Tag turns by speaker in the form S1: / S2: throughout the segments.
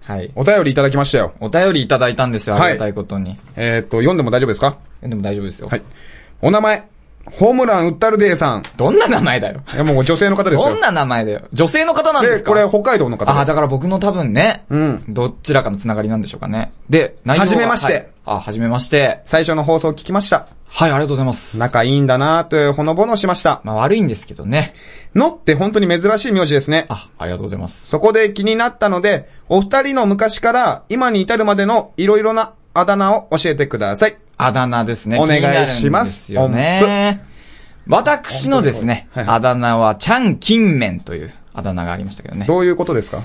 S1: はい
S2: お便りいただきましたよ。
S1: お便りいただいたんですよ、ありがたいことに。
S2: えーっと、読んでも大丈夫ですか
S1: えでも大丈夫ですよ。
S2: はい。お名前、ホームラン打ったるデーさん。
S1: どんな名前だよ。
S2: いや、もう女性の方です よ。
S1: どんな名前だよ。女性の方なんです
S2: で、
S1: か
S2: これ北海道の方で。
S1: ああ、だから僕の多分ね、
S2: うん
S1: どちらかのつながりなんでしょうかね。で、内容
S2: はじめまして
S1: はいあ、はじめまして。
S2: 最初の放送聞きました。
S1: はい、ありがとうございます。
S2: 仲いいんだなーってほのぼのしました。
S1: まあ悪いんですけどね。
S2: のって本当に珍しい名字ですね。
S1: あ、ありがとうございます。
S2: そこで気になったので、お二人の昔から今に至るまでのいろいろなあだ名を教えてください。
S1: あだ名ですね。
S2: お願いします
S1: 気になるんですよね。私のですね、
S2: 音符はい
S1: あだ名は、チャン・キンメンというあだ名がありましたけどね。
S2: どういうことですか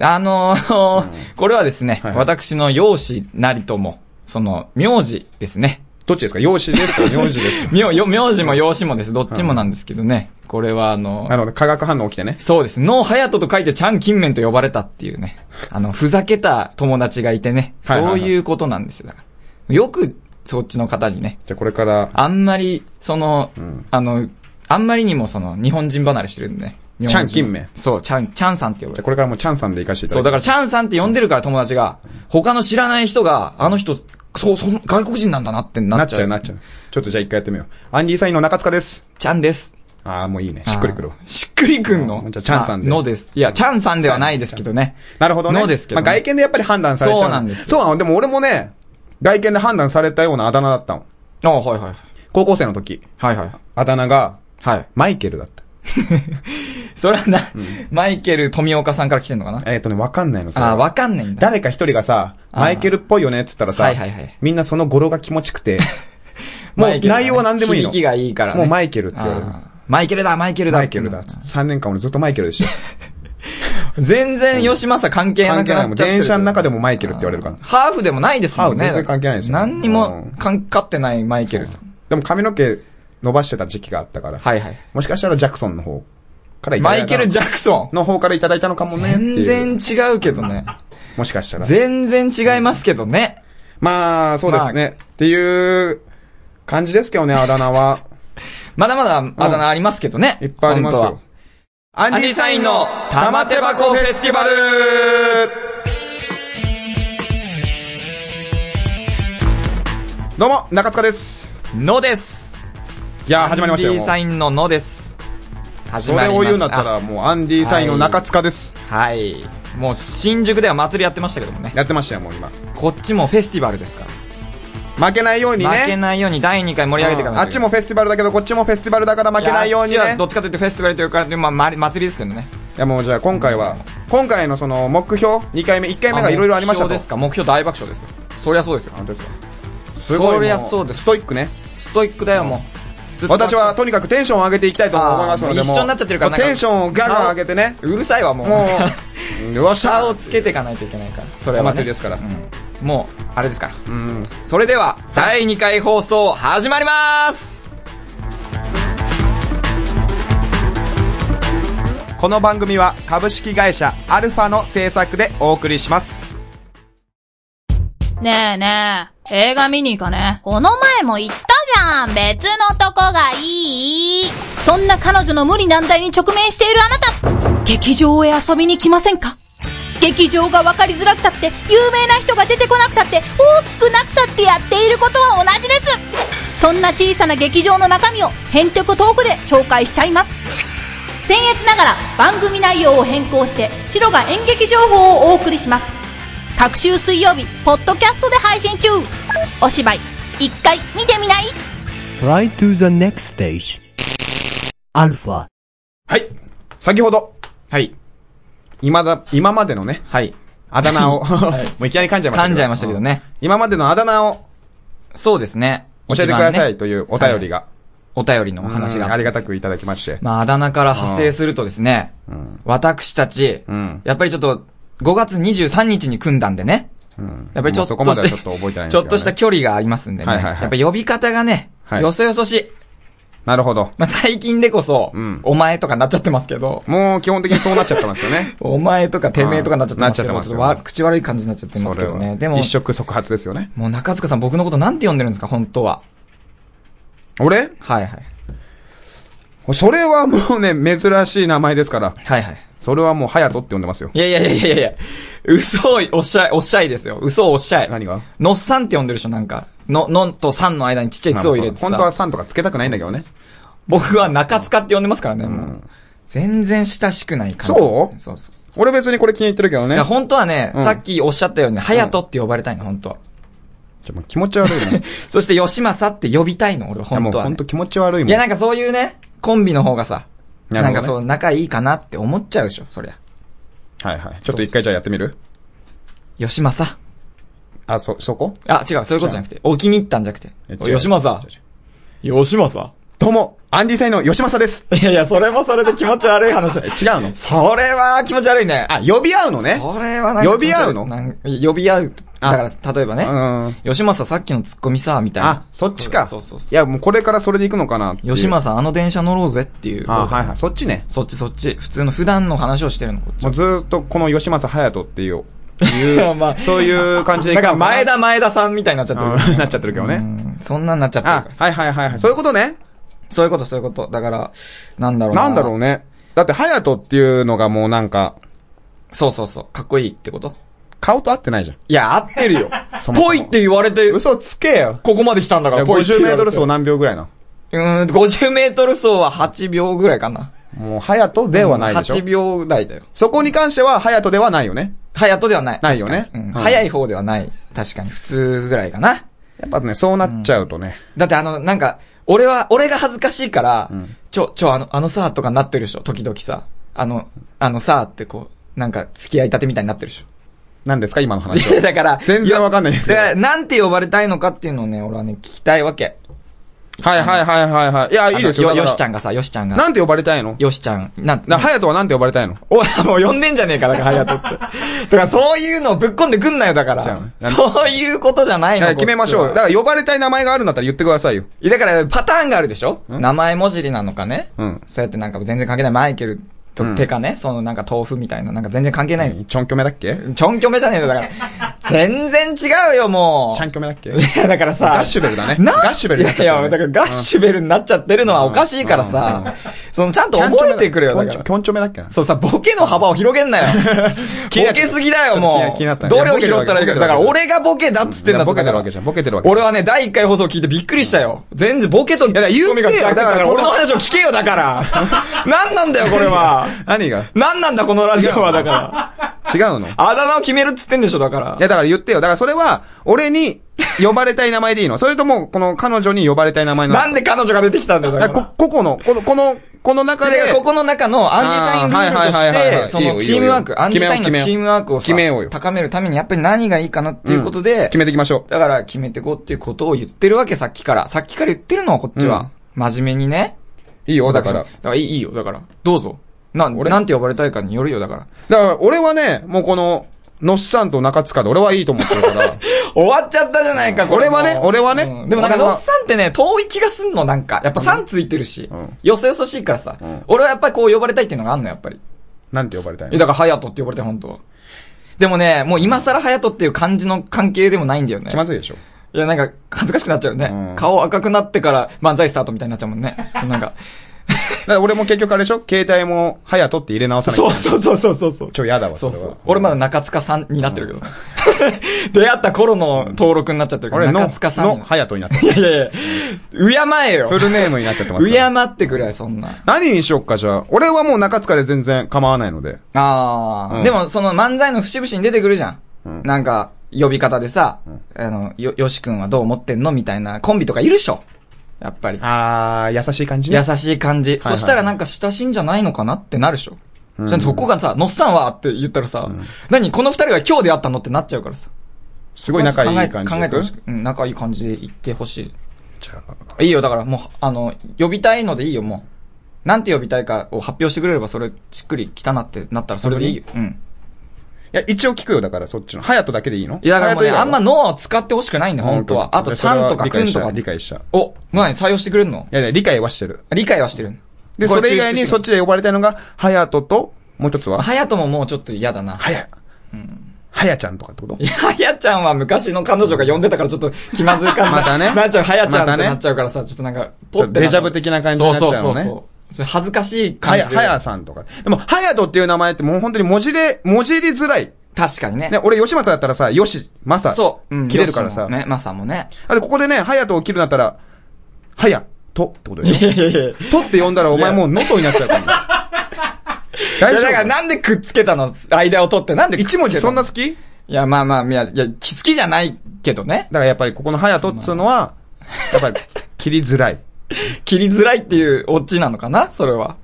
S1: あのーこれはですね、
S2: はいはい
S1: 私の容姿なりとも、その、名字ですね。
S2: どっちですか容姿です か名字ですか
S1: 名、よ名字も容姿もです。どっちもなんですけどね。これはあの
S2: なるほど。化学反応起きてね。
S1: そうです。ノーハヤトと書いてチャン・キンメンと呼ばれたっていうね。あの、ふざけた友達がいてね。
S2: はいはい
S1: そ
S2: は
S1: う
S2: い
S1: いうことなんですよ。だからよく、そっちの方にね、
S2: じゃあこれから、
S1: あんまり、その、あの、あんまりにもその、日本人離れしてるんでね。日本人
S2: チャンキンメン
S1: そう、チャン、チャンさんって呼ばれ
S2: じゃあ
S1: て。
S2: これからもチャンさんで行かせていた
S1: そう、
S2: だき
S1: だ
S2: ま
S1: からチャンさんって呼んでるから友達が、他の知らない人が、あの人、そう、その、外国人なんだなって
S2: な
S1: な
S2: っ
S1: っち
S2: ちゃ
S1: ゃ
S2: う
S1: う。
S2: なっちゃう。ちょっとじゃあ一回やってみよう。アンディサインの中塚です。
S1: チャンです。
S2: ああ、もういいね。しっくりくるわ
S1: あー。しっくりくんの
S2: あーじゃあチャンさんで
S1: あのです。いや、チャンさんではないですけどね。
S2: なるほどね。
S1: のですけどね
S2: まあ外見でやっぱり判断されちゃう。
S1: そうなんです
S2: そうなの。でも俺もね、外見で判断されたようなあだ名だったの。
S1: ああ、はいはい。
S2: 高校生の時、
S1: はいはい。
S2: あだ名が、
S1: はい。
S2: マイケルだった。
S1: それはな、マイケル富岡さんから来てんのかな
S2: えっ、とね、わかんないのそれは
S1: ああ、わかんないんだ。
S2: 誰か一人がさ、
S1: あー
S2: マイケルっぽいよねって言ったらさ、
S1: はいはいはい
S2: みんなその語呂が気持ちく て、
S1: マ
S2: もう
S1: イケルだね
S2: 内容は何でもいいの。
S1: 響きがいいからね。
S2: もうマイケルって言われる
S1: あー。マイケルだ、マイケルだ。
S2: マイケルだ。3年間俺ずっとマイケルでした。
S1: 全然吉正関係な
S2: 関
S1: く
S2: 係な
S1: ないっちゃっ
S2: もん。
S1: てる
S2: 電車の中でもマイケルって言われるから。
S1: ハーフでもないですもんね。
S2: ハーフ全然関係ないですよ
S1: 何にもかん、かってないマイケルさん。
S2: でも髪の毛伸ばしてた時期があったから、
S1: はいはい。
S2: もしかしたらジャクソンの方からいただ
S1: マ
S2: いた
S1: イケル・ジャクソン。
S2: の方からいただいたのかもねっていう。
S1: 全然違うけどね。
S2: もしかしたら。
S1: 全然違いますけどね。
S2: まあ、そうですね。っていう感じですけ どね、あだ名は。
S1: まだまだあだ名ありますけどね。
S2: いっぱいあります
S1: 本当
S2: よ
S1: は。。
S2: ア
S1: ンディサインの玉手箱フェスティバル
S2: どうも、中塚です。
S1: のです。
S2: いやー、始まりましたよ。
S1: アンディサ
S2: も
S1: インののです。
S2: う
S1: 始
S2: そ
S1: ま
S2: れ
S1: り
S2: を
S1: ました。
S2: 言うんだったら、もう、アンディサインの中塚です。
S1: あ。はい。もう新宿では祭りやってましたけどもね。
S2: やってましたよ、もう今。
S1: こっちもフェスティバルですから。
S2: 負けないようにね。
S1: 負けないように第2回盛り上げていか
S2: う
S1: なんい
S2: あっちもフェスティバルだけど、こっちもフェスティバルだから負けないように
S1: いやあっちは
S2: ね。
S1: どっちかというとフェスティバルというか、まあまり、祭りですけどね。
S2: いや、もうじゃあ今回は、今回のその、目標 ?2 回目、1回目がいろいろありました
S1: 目標
S2: と。
S1: ですか目標大爆笑ですよ。そりゃそうですよ。
S2: 本当ですかすごい。
S1: そりゃ
S2: も
S1: そうです
S2: ストイックね。
S1: ストイックだよ、もう。ずっと
S2: 私はとにかくテンションを上げていきたいと思いますので、
S1: あー
S2: もう
S1: 一緒になっちゃってるからなんか
S2: テンションをガンガン上げ てね。
S1: うるさいわ、もう。
S2: もう、よっし
S1: 差
S2: ゃ
S1: をつけていかないといけないから。それ
S2: お
S1: は、ね。
S2: 祭りですから。
S1: うんもう、あれですから。
S2: うん。
S1: それでは、第2回放送、始まります
S2: この番組は株式会社アルファの制作でお送りします。
S3: ねえねえ、映画見に行かね。この前も言ったじゃん別のとこがいいそんな彼女の無理難題に直面しているあなた劇場へ遊びに来ませんか劇場が分かりづらくたって、有名な人が出てこなくたって、大きくなくたってやっていることは同じですそんな小さな劇場の中身を、編曲トークで紹介しちゃいます僭越ながら番組内容を変更して、白が演劇情報をお送りします。各週水曜日、ポッドキャストで配信中お芝居、一回見てみない
S4: Try to the next stage. Alpha.
S2: はい。先ほど、
S1: はい。
S2: 今だ、今までのね、
S1: はい。
S2: あだ名を、
S1: い
S2: もういきなり噛んじゃいましたけど。
S1: 噛んじゃいましたけどね。
S2: 今までのあだ名を
S1: そうですね。
S2: 教えてくだ
S1: 一番
S2: さ
S1: ね
S2: いというお便りが、
S1: お便りのお話
S2: うん
S1: が。
S2: ありがたくいただきまして。
S1: まあ、あだ名から派生するとですね、
S2: ん
S1: 私たち、
S2: うん
S1: やっぱりちょっと、5月23日に組んだんでね、
S2: うん
S1: やっぱりちょっ
S2: もう
S1: と
S2: そこまでは
S1: し
S2: ちょっと覚えてないんですけどね
S1: ちょっとした距離がありますんでね。
S2: はいはいはい
S1: やっぱ呼び方がね、
S2: はい
S1: よそよそしい。
S2: なるほど。
S1: まあ、最近でこそ、
S2: うん
S1: お前とかなっちゃってますけど、。
S2: もう基本的にそうなっちゃってますよね
S1: お前とかてめえとかなっちゃってますけど、
S2: うんなっちゃってますよ
S1: ょっとわ口悪い感じになっちゃってま
S2: そ
S1: す
S2: れ
S1: けど
S2: は。
S1: ね。でも
S2: 一、触即発ですよね。
S1: もう中塚さん僕のことなんて呼んでるんですか、本当は。
S2: 俺
S1: はいはい。
S2: それはもうね、珍しい名前ですから。
S1: はいはい。
S2: それはもう、ハヤトって呼んでますよ。
S1: いやいやいやいやいや、嘘をおっしゃい、おっしゃいですよ。嘘をおっしゃい。
S2: 何が
S1: のっさんって呼んでるでしょ、なんか。の、のんとさんの間にちっちゃいつを入れてさ。
S2: 本当は3とかつけたくないんだけどね。
S1: 僕は中塚って呼んでますからね、もう。全然親しくない感じ。
S2: そう
S1: そうそう。
S2: 俺別にこれ気に入ってるけど
S1: い
S2: ね。
S1: や、本当はね、
S2: うん
S1: さっきおっしゃったように、ハヤトって呼ばれたいの、本当は。
S2: ちょもう気持ち 悪いな。い
S1: そして、吉政って呼びたいの、俺は、
S2: やも
S1: 本
S2: う
S1: 当は、
S2: 本
S1: ね
S2: 当。気持ち悪いもん。
S1: いや、なんかそういうね、コンビの方がさ、
S2: な
S1: なん
S2: るほどね
S1: かそう、仲いいかなって思っちゃうでしょ、そりゃ。
S2: はいはい。ちょっと一回じゃあやってみる
S1: 吉政。
S2: あ、そ、そこ
S1: あ、違う、そういうことじゃなくて、お気に入ったんじゃなくて。
S2: え
S1: お
S2: 違う
S1: 吉政。吉政
S2: どうも、アンディサイの吉正です。
S1: いやいや、それもそれで気持ち悪い話だ。
S2: 違うの
S1: それは気持ち悪いね。
S2: あ、呼び合うのね。
S1: それはなんか
S2: 呼び合うの
S1: なん呼び合う。だから、例えばね。
S2: うん。
S1: 吉政さっきのツッコミさ、みたいな。
S2: あ、そっちか。
S1: そうそうそ。
S2: いや、もうこれからそれで行くのかなっていう
S1: 吉政さん、あの電車乗ろうぜっていう。
S2: あ、はいはい。そっちね。
S1: そっちそっち。普通の普段の話をしてるの、こっち
S2: も
S1: は
S2: うずーっとこの吉正隼人っていう、
S1: いや まあ
S2: そういう感じで
S1: だ
S2: 行く
S1: から
S2: の
S1: 前
S2: な
S1: 田前田さんみたいになっちゃってる。
S2: うんなっちゃってるけど
S1: う
S2: ね。
S1: んそんなんなっちゃってるか
S2: あ
S1: ら、さ。
S2: はいはいはいはい。そういうことね。
S1: そういうこと、そういうこと。だから、なんだろう
S2: なんだろうね。だって、隼人っていうのがもうなんか、
S1: そうそうそう。かっこいいってこと
S2: 顔と合ってないじゃん。
S1: いや、合ってるよ。
S2: そもそも
S1: ぽいって言われて、
S2: 嘘つけよ。
S1: ここまで来たんだ
S2: い
S1: か
S2: や
S1: ら、ぽいって
S2: 50
S1: 言われ
S2: メー
S1: て
S2: トル走何秒ぐらいな
S1: うーん、50メートル走は8秒ぐらいかな。
S2: のもう、隼人ではないでしょ
S1: 8。秒台だよ。
S2: そこに関しては、隼人ではないよね。
S1: ハヤトではない。
S2: ないよね
S1: 確かにうん
S2: うん
S1: 早い方ではない。確かに、普通ぐらいかな。
S2: やっぱね、そうなっちゃうとね。
S1: だってあの、なんか、俺は、俺が恥ずかしいから、
S2: ん
S1: ちょ、ちょ、あの、あのさ、とかなってるでしょ、時々さ。あの、あのさ、ってこう、なんか、付き合いたてみたいになってるでし
S2: 何ですか今の
S1: ょ。
S2: 話
S1: いや、
S2: は。
S1: だから、
S2: 全然わかんないですけ
S1: だ
S2: ど。
S1: か
S2: は
S1: ら、なんて呼ばれたいのかっていうのをね、俺はね、聞きたいわけ。
S2: いはいはいはいはい。いや、いいですよ。
S1: あのよ
S2: だから
S1: よしちゃんがさ、よしちゃんが。
S2: なんて呼ばれたいの
S1: よしちゃん、なん、
S2: な、隼人はなんて呼ばれたいの
S1: おい、 もう呼んでんじゃねえか、だから、はやとって。だから、そういうのぶっこんでくんなよ、だか
S2: じゃ
S1: ら
S2: あね。なん
S1: そういうことじゃない
S2: だ
S1: の。
S2: から決めましょうよ。
S1: こっ
S2: だ
S1: ちは
S2: から呼ばれたい名前があるんだったら言ってくださいよ。
S1: いやだから、パターンがあるでしょ名前文字りなのかね
S2: うん
S1: そうやってなんか全然関係ないマイケルと
S2: うん
S1: てかね、そのなんか豆腐みたいな、なんか全然関係ない。
S2: ちょんきょめだっけ
S1: ちょんきょめじゃねえんだよ、だ から。全然違うよ、も
S2: ちゃ
S1: う。
S2: んきょめだっけ
S1: いや、だからさ。
S2: ガッシュベルだね
S1: な
S2: ガッシュベルになっちゃっ
S1: い
S2: た
S1: や
S2: よ
S1: い
S2: ね
S1: や、だからガッシュベルになっちゃってるのはおかしいからさ。その、ちゃんと 覚えてくれよ、だから
S2: き。ょんちょめだっけな
S1: そうさ、ボケの幅を広げんなよ。
S2: 気にな
S1: ボ
S2: っ
S1: ケ
S2: ちゃった
S1: すぎだよ、も
S2: 気になった
S1: う。
S2: ね
S1: どれを拾ったらいい
S2: いやボケてるわけ
S1: か。だから、俺がボケだっつってんだ
S2: ボケてるわけじゃん。ボケてるわけ。
S1: 俺はね、第1回放送聞いてびっくりしたよ。全然ボケとツッコミが
S2: や言ってよ
S1: 違ったか、
S2: だからら
S1: 俺の話を聞けよ、だから。 何なんだよ、これは。
S2: 何が
S1: 何なんだ、このラジオは、だから。
S2: 違うのい
S1: あだ名を決めるっつってんでしょ、だから。
S2: や、だから言ってよ。だからそれは、俺に呼ばれたい名前でいいのそれとも、この彼女に呼ばれたい名前なの
S1: なんで彼女が出てきたんだよ、だ
S2: だ
S1: か。
S2: かららこ、ここの、この、この、この中で、
S1: ここの中のアンディサインルールと
S2: あーはいはいはい
S1: し
S2: は
S1: て、
S2: い
S1: そ
S2: いいよ
S1: のチームワーク、
S2: いいよ
S1: アンディサインの
S2: 決めよう
S1: チームワークを
S2: 決めようよ
S1: さ、高めるためにやっぱり何がいいかなっていうことで、
S2: 決めていきましょう。
S1: だから決めてこうっていうことを言ってるわけ、さっきから。さっきから言ってるの、こっちは。真面目にね。
S2: いいよ、だから
S1: 私。だからいいいいよ、だから。どうぞ。なん、
S2: 俺
S1: なんて呼ばれたいかによるよ、だから。
S2: だから、俺はね、もうこの、のっさんと中塚で俺はいいと思ってる から。
S1: 終わっちゃったじゃないか、これも
S2: 俺はね俺はね
S1: うんでもなんか、
S2: 俺は
S1: のっさんってね、遠い気がすんの、なんか。やっぱ3ついてるし
S2: うん。
S1: よそよそしいからさ
S2: うん。
S1: 俺はやっぱりこう呼ばれたいっていうのがあんの、やっぱり。
S2: なんて呼ばれたい
S1: え、
S2: の
S1: だから、ハヤトって呼ばれたい、本当は。でもね、もう今更ハヤトっていう感じの関係でもないんだよね
S2: 気。まずいでしょ
S1: いや、なんか、恥ずかしくなっちゃうね。
S2: うん
S1: 顔赤くなってから漫才スタートみたいになっちゃうもんね。そのなんか、
S2: だから俺も結局あれでしょ携帯も、はやとって入れ直 さない
S1: そうそうそうそうそうそう。
S2: ちょ、やだわ、
S1: そ
S2: そうれは。
S1: そう。俺まだ中塚さんになってるけど。出会った頃の登録になっちゃってるから、
S2: 俺の、
S1: 中塚さんに。
S2: の、はやとになってる
S1: いやいやいや、敬えよ
S2: フ。ルネームになっちゃってますから。
S1: 敬ってくれ、そんな。
S2: 何にしよっか、じゃあ。俺はもう中塚で全然構わないので。
S1: ああ、
S2: うん
S1: でも、その漫才の節々に出てくるじゃん。
S2: うん
S1: なんか、呼び方でさ、あの、よ、よしくんはどう思ってんのみたいなコンビとかいるでしょ。やっぱり。
S2: あー、優しい感じね。
S1: 優しい感じ。
S2: はい
S1: そしたらなんか親しいんじゃないのかなってなるでしょ。
S2: うん
S1: じゃあそこがさ、のっさんはって言ったらさ、何この二人が今日出会ったのってなっちゃうからさ。
S2: すごい仲いい感じ
S1: 考え考えてほしく。うん、仲いい感じで言ってほし
S2: じゃあ
S1: い。いいよ、だからもう、あの、呼びたいのでいいよ、もう。なんて呼びたいかを発表してくれれば、それ、しっくり来たなってなったら、それでいいよ。うん。
S2: いや、一応聞くよ、だからそっちの。ハヤトだけでいいの
S1: いや、だからもうね、あんま
S2: の、
S1: 脳を使ってほしくないんだよ、本当は。あと3とか
S2: 理解
S1: 君
S2: し
S1: と
S2: た
S1: か。
S2: 理解した。い
S1: お、何採用してくれるの
S2: やいや、理解はしてる。
S1: 理解はしてる。
S2: で、それ以外にそっ
S1: ち。
S2: ちで呼ばれたいのが、ハヤトと、もう一つは、
S1: はやとももうちょっと嫌だな。
S2: はや、はやちゃんとかってこと
S1: いや、はやちゃんは昔の彼女が呼んでたからちょっと気まずい感じ。
S2: またね
S1: なっちゃう、はやちゃんっ
S2: また
S1: て
S2: ね
S1: なっちゃうからさ、ちょっとなんか、ポッてなっちゃう。
S2: デジャブ的な感じになっちゃうのね
S1: そうそうそうそう。それ恥ずかしい
S2: は
S1: 感
S2: や、
S1: じで。
S2: はやさんとか。でも、はやとっていう名前ってもう本当に文字れ、文字りづらい。
S1: 確かにね。
S2: ね、俺、吉松だったらさ、よし、まさ、
S1: そう。うん
S2: 切れるからさ。
S1: よしもね、まさもね。
S2: あと、ここでね、はやとを切るんだったら、はや、とってことだよ。
S1: いやいやいや。
S2: とって呼んだらお前もうのとになっち ゃうから。大
S1: だから
S2: 丈
S1: なんでくっつけたの間を取って、なんで
S2: 夫一文字そんな
S1: 好
S2: 好きだか
S1: いや、まあまあ、いや、いや、好きじゃないけどね。
S2: らやっぱりここのはやとっつう のは、やっぱり、切りづらい。
S1: 切りづらいっていうオチなのかなそれは。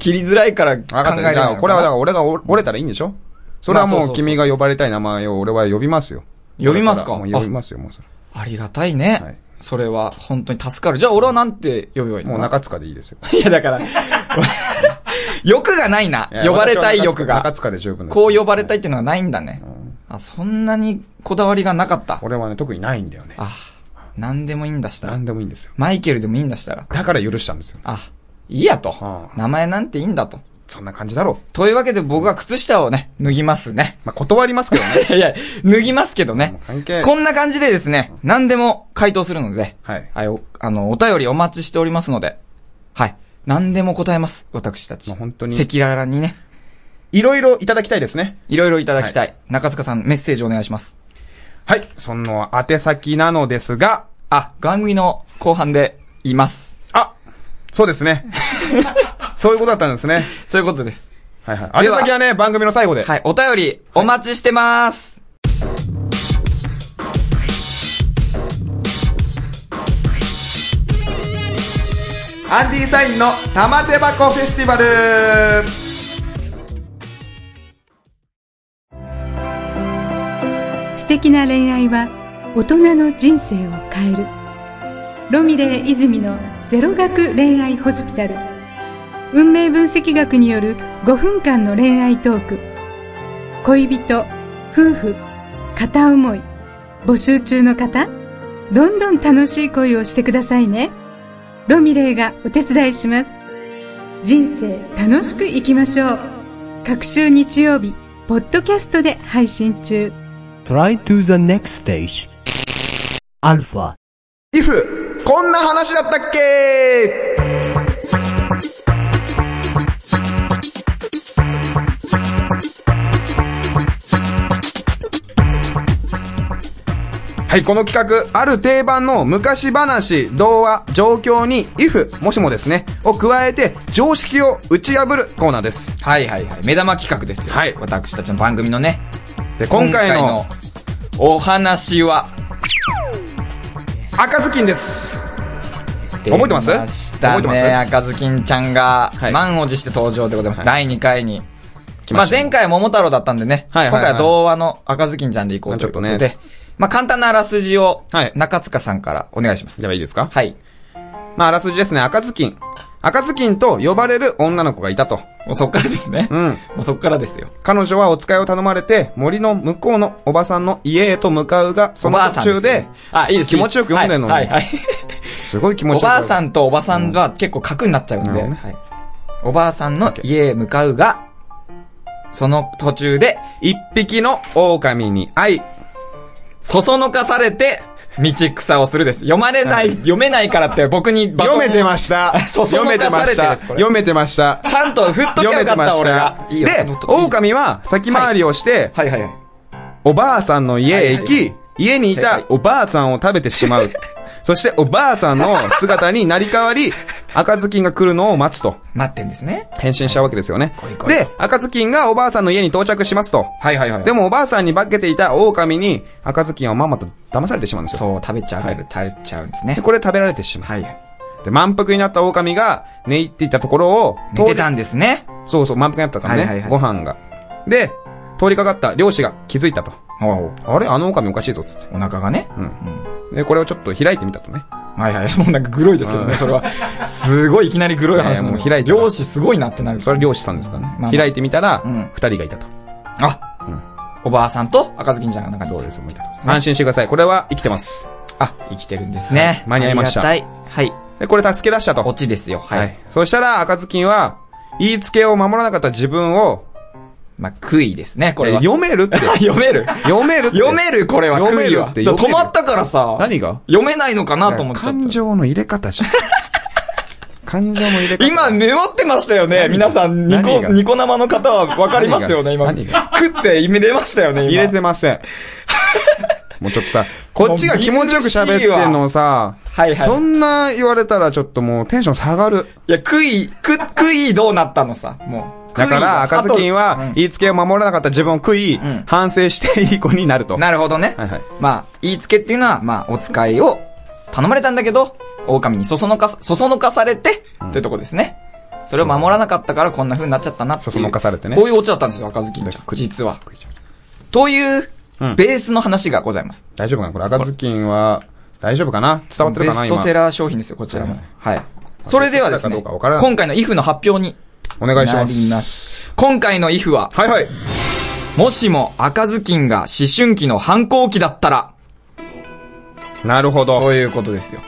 S1: 切りづらいから考
S2: わかっ
S1: えられ
S2: た。じ
S1: ない
S2: ゃ
S1: のか
S2: あ、
S1: な。
S2: これはだから俺が折折れたらいいんでしょそれは
S1: まあ
S2: も
S1: そう
S2: う
S1: そうそう
S2: 君が呼ばれたい名前を俺は呼びますよ。
S1: 呼びますか
S2: もう呼びますよ、もうそれ。
S1: ありがたいね。
S2: はい
S1: それは、本当に助かる。じゃあ俺はなんて呼べばいいの
S2: もう
S1: かな
S2: 中 塚でいいですよ。
S1: いや、だから、 欲がないな。呼ばれたい欲
S2: 中
S1: が。
S2: 塚で十分です。
S1: こう呼ばれたい
S2: い。
S1: っていうのはないんだね。あ、そんなにこだわりがなかった。
S2: 俺はね、特にないんだよね。
S1: あ、なんでもいいんだしたら
S2: 何。でもいいんですよ。
S1: マイケルでもいいんだしたら。
S2: だから許したんですよ。
S1: あ、いいやと
S2: あ。あ
S1: 名前なんていいんだと。
S2: そんな感じだろう。
S1: というわけで僕は靴下をね、脱ぎますね。
S2: まあ、断りますけど ね。
S1: いやいや、脱ぎますけどね
S2: もう。関係。
S1: こんな感じでですね、何でも回答するので、
S2: はい。
S1: はい、おあの、お便りお待ちしておりますので、はい。何でも答えます、私たち。
S2: まあ本当に
S1: 赤裸々にね、
S2: いろいろいただきたいですね。
S1: いろいろいただきたい。中塚さん、メッセージお願いします。
S2: はい。その宛先なのですが、
S1: あ、番組の後半で言います。
S2: あそうで すね。そういうことだったんですね。
S1: そういうことです。
S2: はいはい。宛先はね、番組の最後で。
S1: はい、お便りお待ちしてます。
S2: アンディサインの玉手箱フェスティバル
S5: 素敵な恋愛は大人の人生を変えるロミレー泉のゼロ学恋愛ホスピタル運命分析学による5分間の恋愛トーク恋人夫婦片思い募集中の方どんどん楽しい恋をしてくださいねロミレーがお手伝いします人生楽しく生きましょう各週日曜日ポッドキャストで配信中
S4: Try to the next stage. Alpha.
S2: ?if! こんな話だったっけはい、この企画、ある定番の昔話、童話、状況に、if、もしもですね、を加えて、常識を打ち破るコーナーです。
S1: はいはいはい。目玉企画ですよ。
S2: はい
S1: 私たちの番組のね。
S2: で、今回
S1: 今回
S2: の、
S1: のお話は、
S2: 赤ずきんです。覚えてます
S1: 出ました
S2: 覚えて
S1: ね。
S2: ます
S1: 赤ずきんちゃんが
S2: は、い
S1: 満を持して登場でございます。
S2: はい
S1: 第2回に。
S2: 来
S1: ま
S2: ま
S1: あ
S2: したね
S1: 前回は桃太郎だったんでね。
S2: はいはいはい
S1: 今回は童話の赤ずきんちゃんでいこうということで。
S2: まあちょっと
S1: まあ簡単なあらすじを
S2: はい、
S1: 中塚さんからお願いします。
S2: ではいいですか
S1: はい。
S2: まあ、あらすじですね。赤ずきん。赤ずきんと呼ばれる女の子がいたと。
S1: もうそっからですね。
S2: うん。
S1: もうそっからですよ。
S2: 彼女はお使いを頼まれて、森の向こうのおばさんの家へと向かうが、そ
S1: お
S2: の
S1: ばあ
S2: 途
S1: さん
S2: 中
S1: す
S2: で
S1: ね、あ、いいです
S2: 気持ちよく読んでんのに
S1: はい はいはい。
S2: すごい気持
S1: お
S2: ちよく。
S1: ばあさ。んとおばさんが結構核になっちゃうんで、
S2: うん
S1: はいおばあさんの家へ向かうが、その途中で、
S2: 一匹の狼に愛。
S1: そそのかされて、道草をするです。読まれない、読めないからって僕にバトン
S2: 読めてました。
S1: そそ
S2: 読
S1: の
S2: め
S1: か
S2: てま
S1: され
S2: してた。
S1: ですこれ
S2: 読めてました。
S1: ちゃんと振っときゃ
S2: 読
S1: よ
S2: め
S1: か
S2: て
S1: っ
S2: ま
S1: た、
S2: し
S1: 俺
S2: た
S1: が。。いいよ
S2: で
S1: その、と
S2: 狼は先回りをして、
S1: はいはいはい。
S2: おばあさんの家へ行き、
S1: はいはい
S2: 家にい
S1: 正
S2: た
S1: 解
S2: おばあさんを食べてしまう。そしておばあさんの姿になり変わり、赤ずきんが来るのを待つと。
S1: 待ってんですね。
S2: 変身しちゃうわけですよね
S1: い来。い
S2: で、赤ずきんがおばあさんの家に到着しますと。
S1: はいはいはい。
S2: で、もおばあさんに化けていた狼に赤ずきんはまんまと騙されてしまうんですよ。
S1: そう、食べちゃう、
S2: はい
S1: 食べちゃうんです
S2: で、
S1: ね。
S2: これ食べられてしま
S1: はいはい。
S2: う。で、満腹になった狼が寝入っていたところを、
S1: 寝てた
S2: 通
S1: んですね。
S2: りそうそう、満腹になったからね、
S1: はいはいはい
S2: ご飯が。で、通りかかった漁師が気づいたと。
S1: お
S2: あれあの狼おかしいぞ、つって。
S1: お腹がね。
S2: うんで、これをちょっと開いてみたとね。
S1: はいはい。もうなんかグロいですけどね、それは。すごいいきなりグロい話
S2: いやい
S1: も
S2: やもう開いて
S1: 漁師すごいなってなる。
S2: それは漁師さんですからね。
S1: まあまあ
S2: 開いてみたら、二、
S1: うん
S2: 人がいたと。
S1: あ、おばあさんと赤ずきんちゃんが中にいて
S2: そうです、もういたと。安心してください。これは生きてます。
S1: あ、生きてるんですね。
S2: 間に合いました
S1: ありがたい。はい。
S2: で、これ助け出したと。
S1: オチですよ。はい。
S2: はい。そしたら、赤ずきんは、言いつけを守らなかった自分を、
S1: まあ、悔いですね、これ
S2: え
S1: は。
S2: 読める って。
S1: 読める。
S2: 読めるって。
S1: 読める、これは。
S2: 読める
S1: 悔いは
S2: って
S1: だか
S2: 読
S1: ら止
S2: める
S1: まったからさ。
S2: 何が
S1: 読めないのかなと思っちゃった。
S2: 感情の入れ方じゃん。感情も入れ替え
S1: 今メモってましたよね
S2: 何
S1: 皆さん、ニ
S2: 何
S1: コ、
S2: が
S1: ニコ生の方はわかりますよね、今。
S2: 何が
S1: 食って入れましたよね、今。
S2: 入れてま せん。もうちょっとさ、こっちが気持ちよく喋ってんのをさ、
S1: はいはい
S2: そんな言われたらちょっともうテンション下がる。
S1: いや、クイ、ク、クイどうなったのさ、もう。
S2: だから、赤ずきん
S1: あと
S2: は、
S1: うん
S2: 言いつけを守らなかった自分を悔い、
S1: ん
S2: 反省していい子になると。
S1: なるほどね。
S2: はいはい
S1: まあ、言いつけっていうのは、まあ、お使いを頼まれたんだけど、狼にそそのか、そそのかされて、ってとこですね。それを守らなかったからこんな風になっちゃったなっていう。
S2: そそのかされてね
S1: こういうオチだったんですよ、赤ずきんちゃん。実は。という
S2: う、ん
S1: ベースの話がございます。
S2: 大丈夫かなこれ赤ずきんは、大丈夫かな伝わってるかな
S1: ベストセ
S2: 今。
S1: ラー商品ですよ、こちらも
S2: はい。
S1: はい。それではですね、
S2: ベストセラーかどうかわからない
S1: 今回のイフの発表に
S2: お
S1: な
S2: 願い
S1: り
S2: しま。
S1: ますす。今回のイフは、
S2: はいはい。
S1: もしも赤ずきんが思春期の反抗期だったら、
S2: なるほど。
S1: ということですよ。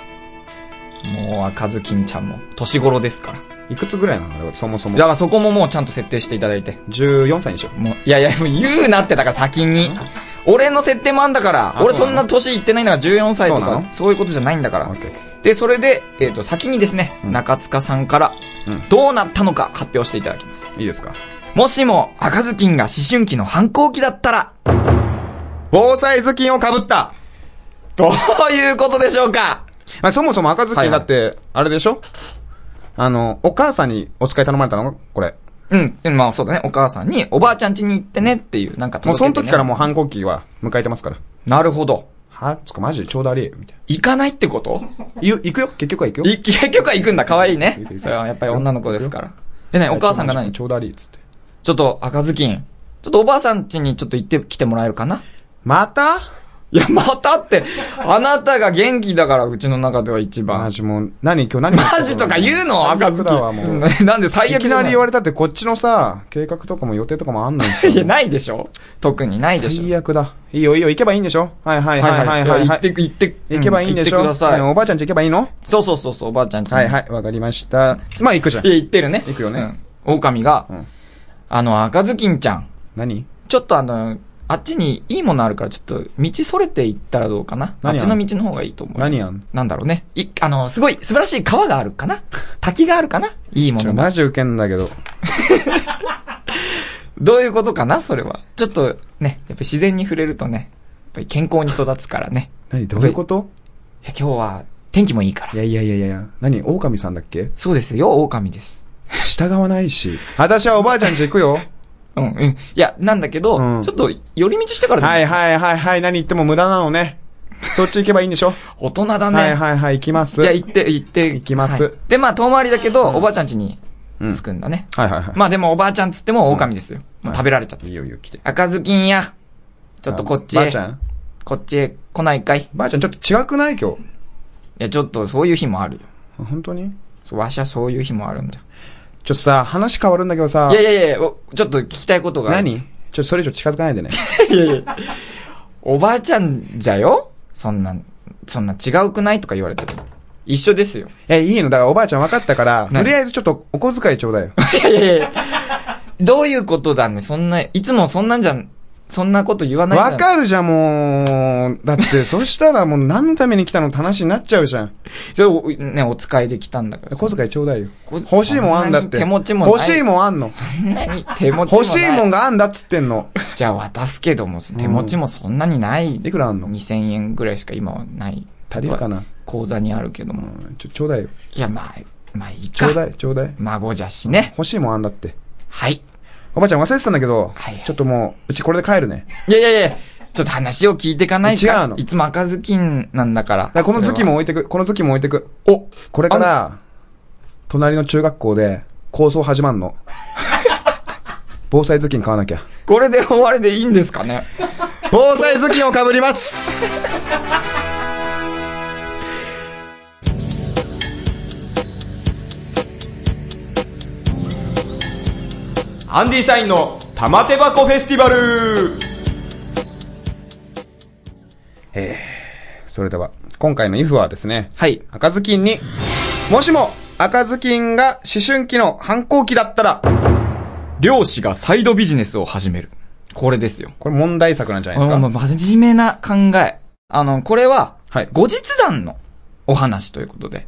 S1: もう赤ずきんちゃんも、年頃ですから。
S2: いくつぐらいなのそもそも
S1: だ。からそこももうちゃんと設定していただいて。
S2: 14歳にしよう。
S1: もう、いやいや、もう言うなってだから先に。俺の設定もあんだから、
S2: あ
S1: 俺
S2: そ
S1: そ
S2: うなんの
S1: な年いってないんだから14歳と
S2: そうな
S1: か
S2: の、
S1: そういうことじゃないんだか
S2: オ
S1: ら
S2: ッケーオッケ。
S1: で、それで、えっ、と、先にですね、
S2: うん
S1: 中塚さんから
S2: うん、
S1: どうなったのか発表していただきます。
S2: いいですか
S1: もしも、赤ずきんが思春期の反抗期だったら、
S2: 防災頭巾をかぶった
S1: どういうことでしょうか
S2: まあ、そもそも赤ずきんだって、あれでしょあの、お母さんにお使い頼まれたのこれ。
S1: うん、まあそうだね、お母さんに、おばあちゃん家に行ってねっていう、なんか
S2: もう
S1: 届けて、
S2: そ
S1: ね、
S2: の時からもう反抗期は迎えてますから。
S1: なるほど。
S2: はつかマジでちょうどありえ、みたい
S1: 行かないってこと
S2: な。ゆ、行くよ結局は行くよ。
S1: い結局は行くんだ、可愛いね
S2: 行く行。く
S1: それはやっぱり女の子ですから。でね、お母さんが何
S2: ち
S1: ち
S2: ょうどあり、つって。
S1: ょっと赤ずきん、ちょっとおばあさん家にちょっと行ってきてもらえるかな
S2: また
S1: いや、またって、あなたが元気だから、うちの中では一
S2: マ
S1: 番。
S2: ジもう、何今日何
S1: マジとか言うの赤ずき
S2: 最悪だわもう。
S1: ん。なんで最
S2: い
S1: 悪
S2: き
S1: じゃな
S2: なり
S1: い
S2: 言われたってこっちのさ、計画とかも予定とかもあんのに
S1: いや、ないでしょ特にないでしょ。
S2: 最悪だ。いいよいいよ、行けばいいんでしょはいはいはいはいはい。
S1: 行って、行って、
S2: 行けばいいんでしょ
S1: うん行ってくださ
S2: はい
S1: い。
S2: おばあちゃんち行けばいいの
S1: そうそうそう、そうおばあちゃん家に。
S2: はいはい、わかりました。まあ行くじゃん
S1: い。や、言ってるね。
S2: 行くよね
S1: うん。狼が、
S2: うん
S1: あの、赤ずきんちゃん、
S2: 何
S1: ちょっとあの、あっちにいいものあるから、ちょっと、道それて行ったらどうかな。あっ
S2: 何あ
S1: ち
S2: んの
S1: の道の方がいいと思う。
S2: 何やんの
S1: なんだろうね。い、あの、すごい、素晴らしい川があるかな滝があるかないいも
S2: ちょ、
S1: のが。
S2: マジウケんだけど。
S1: どういうことかなそれは。ちょっと、ね、やっぱ自然に触れるとね、やっぱり健康に育つからね。
S2: 何どういうこと
S1: いや今日は、天気もいいから
S2: い。やいやいやいや、何狼さんだっけ
S1: そうですよ、狼です。
S2: 従わないし。私はおばあちゃんち行 くよ。
S1: うん、うん。いや、なんだけど、
S2: うん
S1: ちょっと、寄り道してからでも
S2: はいはいはいはい、何言っても無駄なのね。そっち行けばいいんでしょ
S1: 大人だね。
S2: はいはいはい、行きます。
S1: いや、
S2: はい
S1: 行って、行って。
S2: 行きます
S1: はいで、まあ、遠回りだけど、おばあちゃん家に着くんだね。
S2: はいは
S1: まあ、でもおばあちゃんつっても狼ですよ。もう食べられちゃった。
S2: い。いいよいいよ、来て。
S1: 赤ずきんや。ちょっとこっち
S2: ばあ
S1: へ
S2: ち。ゃん
S1: こっちへ来ないかい。い
S2: ばあちゃんちょっと違くない今日。
S1: や、ちょっとそういう日もあるよ。
S2: あ本当に
S1: そうわしはそういう日もあるんだ。
S2: ちょっとさ、話変わるんだけどさ。
S1: いやいやいや、おちょっと聞きたいことがある。
S2: 何ちょっとそれ以上近づかないでね。
S1: おばあちゃんじゃよそんな、そんな違うくないとか言われてる。一緒ですよ。
S2: え、いいのだからおばあちゃん分かったから、と
S1: 何
S2: りあえずちょっとお小遣いちょうだいよ。
S1: いやいやいや。どういうことだねそんな、いつもそんなんじゃん、そんなこと言わないじゃん。
S2: わかるじゃん、もう。だって、そしたらもう何のために来たのって話になっちゃうじゃん。
S1: それをね、お使いできたんだから。
S2: 小遣いちょうだいよ。
S1: 小遣い
S2: 欲しいもんあんだって。
S1: 手持ちもない
S2: 欲しいもんあんの。
S1: そんなに手持ちもない。
S2: 欲しいもんがあんだっつってんの。
S1: じゃあ渡すけども、手持ちもそんなにない。
S2: いくらあんの
S1: ?2000 円ぐらいしか今はない。
S2: 足りるかな
S1: 口座にあるけども。
S2: ちょ、ちょうだいよ。
S1: いや、まあ、まあいい
S2: ちょう
S1: か。
S2: だい、ちょうだい。
S1: 孫じゃしね。
S2: 欲しいもんあんだって。
S1: はい。
S2: おばあちゃん忘れてたんだけど
S1: はいは、い
S2: ちょっともう、うちこれで帰るね。
S1: いやいやいや、ちょっと話を聞いていかないと。
S2: 違うの
S1: いつも赤ずきんなんだから。
S2: だからこの月も
S1: そ
S2: 置いてく、この月も置いてく。
S1: れは。お
S2: これから、隣の中学校で、構想始まんの。防災頭巾買わなきゃ。
S1: これで終わりでいいんですかね
S2: 防災頭巾を被りますアンディサインの玉手箱フェスティバルえー、それでは、今回の IF はですね、
S1: はい。
S2: 赤ずきんに、もしも赤ずきんが思春期の反抗期だったら、
S1: 漁師がサイドビジネスを始める。これですよ。
S2: これ問題作なんじゃないです
S1: あ
S2: か
S1: もう真面目な考え。あの、これは、
S2: はい
S1: 後日談のお話ということで。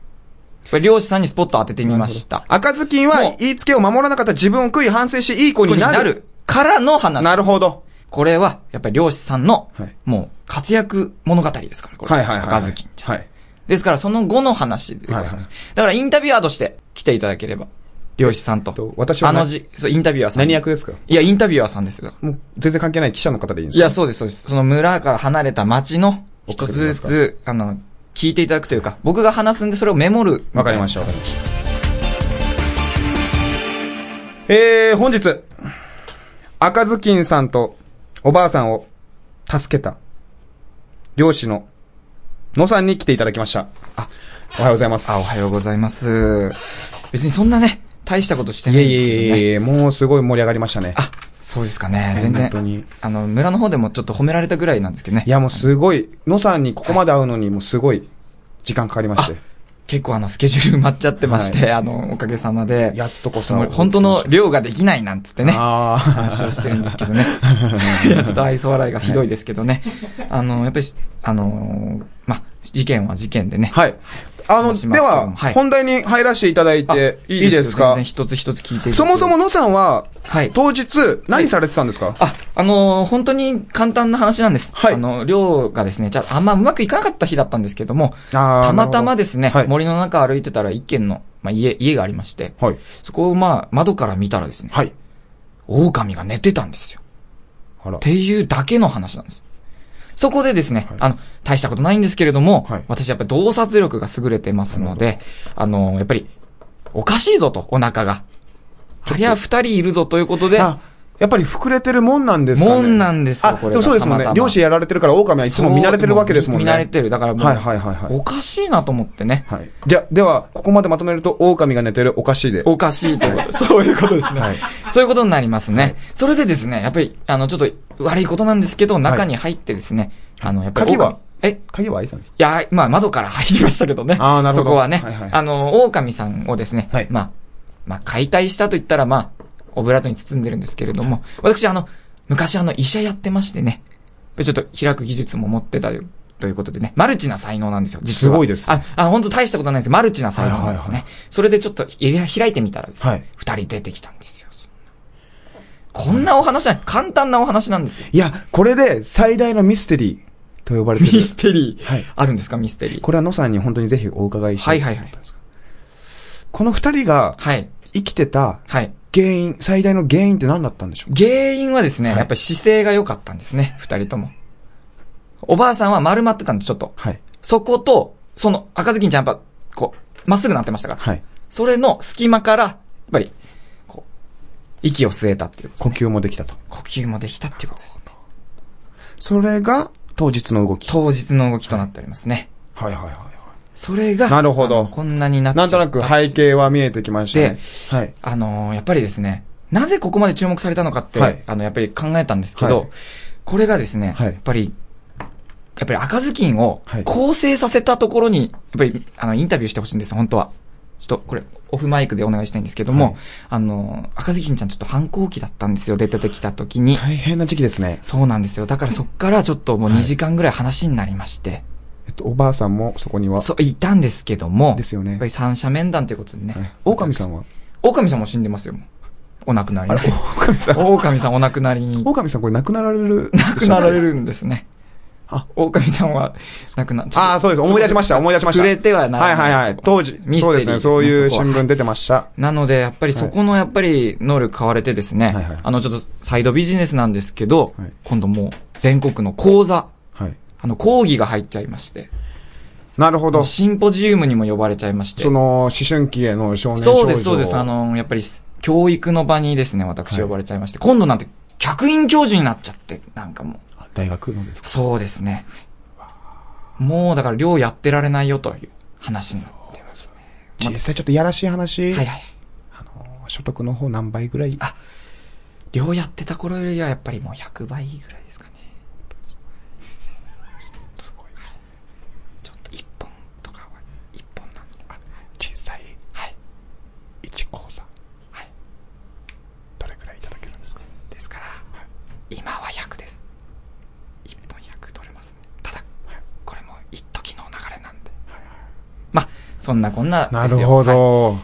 S1: これ漁師さんにスポット当ててみました。
S2: 赤ずきん
S1: も
S2: は
S1: う
S2: 言いつけを守らなかった自分を悔い反省し、いい子
S1: ここ
S2: に
S1: に
S2: なる。
S1: なるからの話。
S2: なるほど。
S1: これは、やっぱり漁師さんの
S2: はい、
S1: もう、活躍物語ですから、これ。
S2: はいはいはい。
S1: 赤ずきんちゃん。
S2: はい。
S1: ですから、その後の話でございます。
S2: はいはい
S1: だから、インタビュアーとして来ていただければ、漁師さんと。
S2: と私は
S1: あ
S2: な
S1: のじ、そう、インタビュアーさん。
S2: 何役ですか
S1: いや、インタビュアーさんですよ。
S2: もう、全然関係ない記者の方でいいんです
S1: い
S2: か
S1: や、そうです、そうです。その村から離れた町の、一つず
S2: 送
S1: つ、あの、聞いていただくというか、僕が話すんで、それをメモる。
S2: わかりました。えー、本日、赤ずきんさんとおばあさんを助けた、漁師の野さんに来ていただきました。あ、おはようございます。
S1: あ、おはようございます。別にそんなね、大したことしてないい
S2: え
S1: ん
S2: い
S1: ですけど、ね。
S2: えいえいえ、もうすごい盛り上がりましたね。
S1: あ、そうですかね。全
S2: 本
S1: 然
S2: 当に。
S1: あの、村の方でもちょっと褒められたぐらいなんですけどね。
S2: いや、もうすごい、野さんにここまで会うのにもうすごい時間かかりまして。
S1: 結構あの、スケジュール埋まっちゃってまして、
S2: は
S1: あの、おかげさまで。
S2: やっとこさ
S1: もう本当の量ができないなんつってね。
S2: あ
S1: 話をしてるんですけ どね。いやちょっと愛想笑いがひどいですけどね。あの、やっぱり、あのー、まあ、事件は事件でね。
S2: はい。あの、
S1: 話しますけ
S2: で
S1: ども
S2: は、
S1: はい
S2: 本題に入らせていただい
S1: あ
S2: ていいです
S1: よ
S2: か
S1: 全然一つ一つ聞いていただいて
S2: そもそも、野さんは、
S1: はい。
S2: 当日、何されてたんですか
S1: あ、あのー本当に簡単な話なんです。
S2: はい
S1: あの、量がですね、じゃあ、あんまうまくいかなかった日だったんですけども、
S2: あー
S1: たまたまですね、
S2: なるほど
S1: 森の中歩いてたら一軒の、まあ、家、家がありまして、
S2: はい。
S1: そこをまあ、窓から見たらですね、
S2: はい。
S1: 狼が寝てたんですよ。
S2: あら
S1: っていうだけの話なんです。そこでですね、
S2: はい
S1: あの、大したことないんですけれども、
S2: はい
S1: 私やっぱり洞察力が優れてますので、あの、やっぱり、おかしいぞと、お腹が。ありゃ二人いるぞということで、
S2: あ、やっぱり膨れてるもんなんですかね。
S1: もんなんですよ
S2: あ、
S1: これが
S2: でもそうですもんね
S1: たま。たま
S2: 漁師やられてるから、狼はいつも見慣れてるわけですもんね。
S1: そう見慣れてる。だからもう、
S2: はいはいはいはい。
S1: おかしいなと思ってね。
S2: はい。じゃ、では、ここまでまとめると、狼が寝てるおかしいで。
S1: おかしいということ。 そういうことですね。
S2: はい
S1: そういうことになりますね。それでですね、やっぱり、あの、ちょっと悪いことなんですけど、中に入ってですね、あの、やっぱり。
S2: 鍵は
S1: 狼え
S2: 鍵は開いてたんですか
S1: いや、まあ、窓から入りましたけどね。
S2: あーなるほど
S1: そこはね。
S2: はいはい
S1: あの、狼さんをですね、
S2: はい
S1: まあ、まあ、解体したと言ったら、まあ、オブラートに包んでるんですけれども、私、あの、昔、あの、医者やってましてね、ちょっと開く技術も持ってたよということでね、マルチな才能なんですよ、実は。
S2: すごいです
S1: あ、あ本当大したことないんです。マルチな才能なんですね。
S2: はいはい
S1: それでちょっといや開いてみたらですね、
S2: はい
S1: 二人出てきたんですよ。そんなこんなお話じゃない、簡単なお話なんですよ。
S2: いや、これで、最大のミステリーと呼ばれてる。
S1: ミステリー。
S2: はい
S1: あるんですか、ミステリー。
S2: これは野さんに本当にぜひお伺いした。
S1: はいいはいはい。
S2: この二人が
S1: はい。
S2: 生きてた
S1: はい。
S2: 原因、最大の原因って何だったんでしょう
S1: 原因はですね、
S2: はい
S1: やっぱり姿勢が良かったんですね、二人とも。おばあさんは丸まってたんで、ちょっと。
S2: はい。
S1: そこと、その赤ずきんちゃんやっぱ、こう、まっすぐなってましたから。
S2: はい。
S1: それの隙間から、やっぱり、こう、息を吸えたっていうこと。
S2: 呼吸もできたと。
S1: 呼吸もできたっていうことですね。
S2: それが、当日の動き。
S1: 当日の動きとなっておりますね。
S2: はいはいはいはい。
S1: それが、
S2: なるほど
S1: あのこんなになっちゃ
S2: なん
S1: った
S2: となく背景は見えてきましたね。はい。
S1: あのーやっぱりですね、なぜここまで注目されたのかって、
S2: はい
S1: あの、やっぱり考えたんですけど、
S2: はい
S1: これがですね、
S2: はい
S1: やっぱり、やっぱり赤ずきんを
S2: はい
S1: 構成させたところに、やっぱり、あの、インタビューしてほしいんです、本当は。ちょっと、これ、オフマイクでお願いしたいんですけども、
S2: はい
S1: あのー赤ずきんちゃんちょっと反抗期だったんですよ、出てきた時に。
S2: 大変な時期ですね。
S1: そうなんですよ。だからそっからちょっともう
S2: はい
S1: 2時間ぐらい話になりまして、
S2: えっと、おばあさんもそこには。
S1: そう、いたんですけども、
S2: ですよね
S1: やっぱり三者面談ということでね。
S2: はい狼さんは
S1: 狼さんも死んでますよ、もうお亡くなり
S2: あ
S1: に
S2: れ、。狼さん。
S1: 狼さんお亡くなりに。
S2: 狼さんこれ亡くなられる。
S1: 亡くなられるんですね。
S2: あ
S1: 狼さんは亡くな、
S2: ああ、そうです。思い出しました。思い出しました。
S1: 触れてはな
S2: はい
S1: らな
S2: はいいはい
S1: そ。こ
S2: 当時、
S1: ミステリー
S2: そうですね。そういう新
S1: そこは
S2: 聞出てました。
S1: なので、やっぱりそこのやっぱり能力買われてですね、
S2: はいはいはい
S1: あのちょっとサイドビジネスなんですけど、
S2: はい
S1: 今度もう全国の講座、
S2: はい。
S1: あの講義が入っちゃいまして、
S2: なるほど。そ
S1: シンポジウムにも呼ばれちゃいまして、
S2: の、思春期への少年少女
S1: そうです、そうです。あ、の、やっぱり、教育の場にですね、私呼ばれちゃいまして、今度なんて、客員教授になっちゃって、なんかもう。
S2: あ大学のですか
S1: そうですね。もう、だから、寮やってられないよという話になって。
S2: 実際ちょっといやらしい話。
S1: はいはい。
S2: 所得の方何倍ぐらい
S1: あ寮やってた頃よりは、やっぱりもう100倍ぐらいですかね。すごいですね。ちょっと1本とかは、1本なんです。
S2: 小さい
S1: はい。
S2: 一講座。
S1: はい。
S2: どれぐらいいただけるんですか
S1: ですから、今は100です。1本100取れますね。ただ、これも一時の流れなんで。まあ、そそんなこんなですよ
S2: なるほ
S1: はい
S2: ど。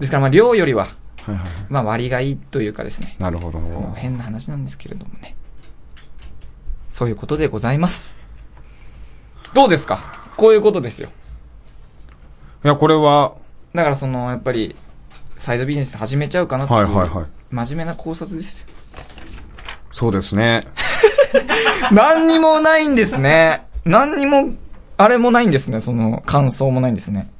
S1: ですから、まあ、量よりは、
S2: はいはい。
S1: まあ、割がいいというかですね。
S2: なるほど。
S1: もう変な話なんですけれどもね。そういうことでございます。どうですかこういうことですよ。
S2: いや、これは、
S1: だからその、やっぱり、サイドビジネス始めちゃうかなっていう、
S2: はいはいはい。
S1: 真面目な考察ですよ。
S2: そうですね。
S1: 何にもないんですね。何にも、あれもないんですね。その、感想もないんですね。。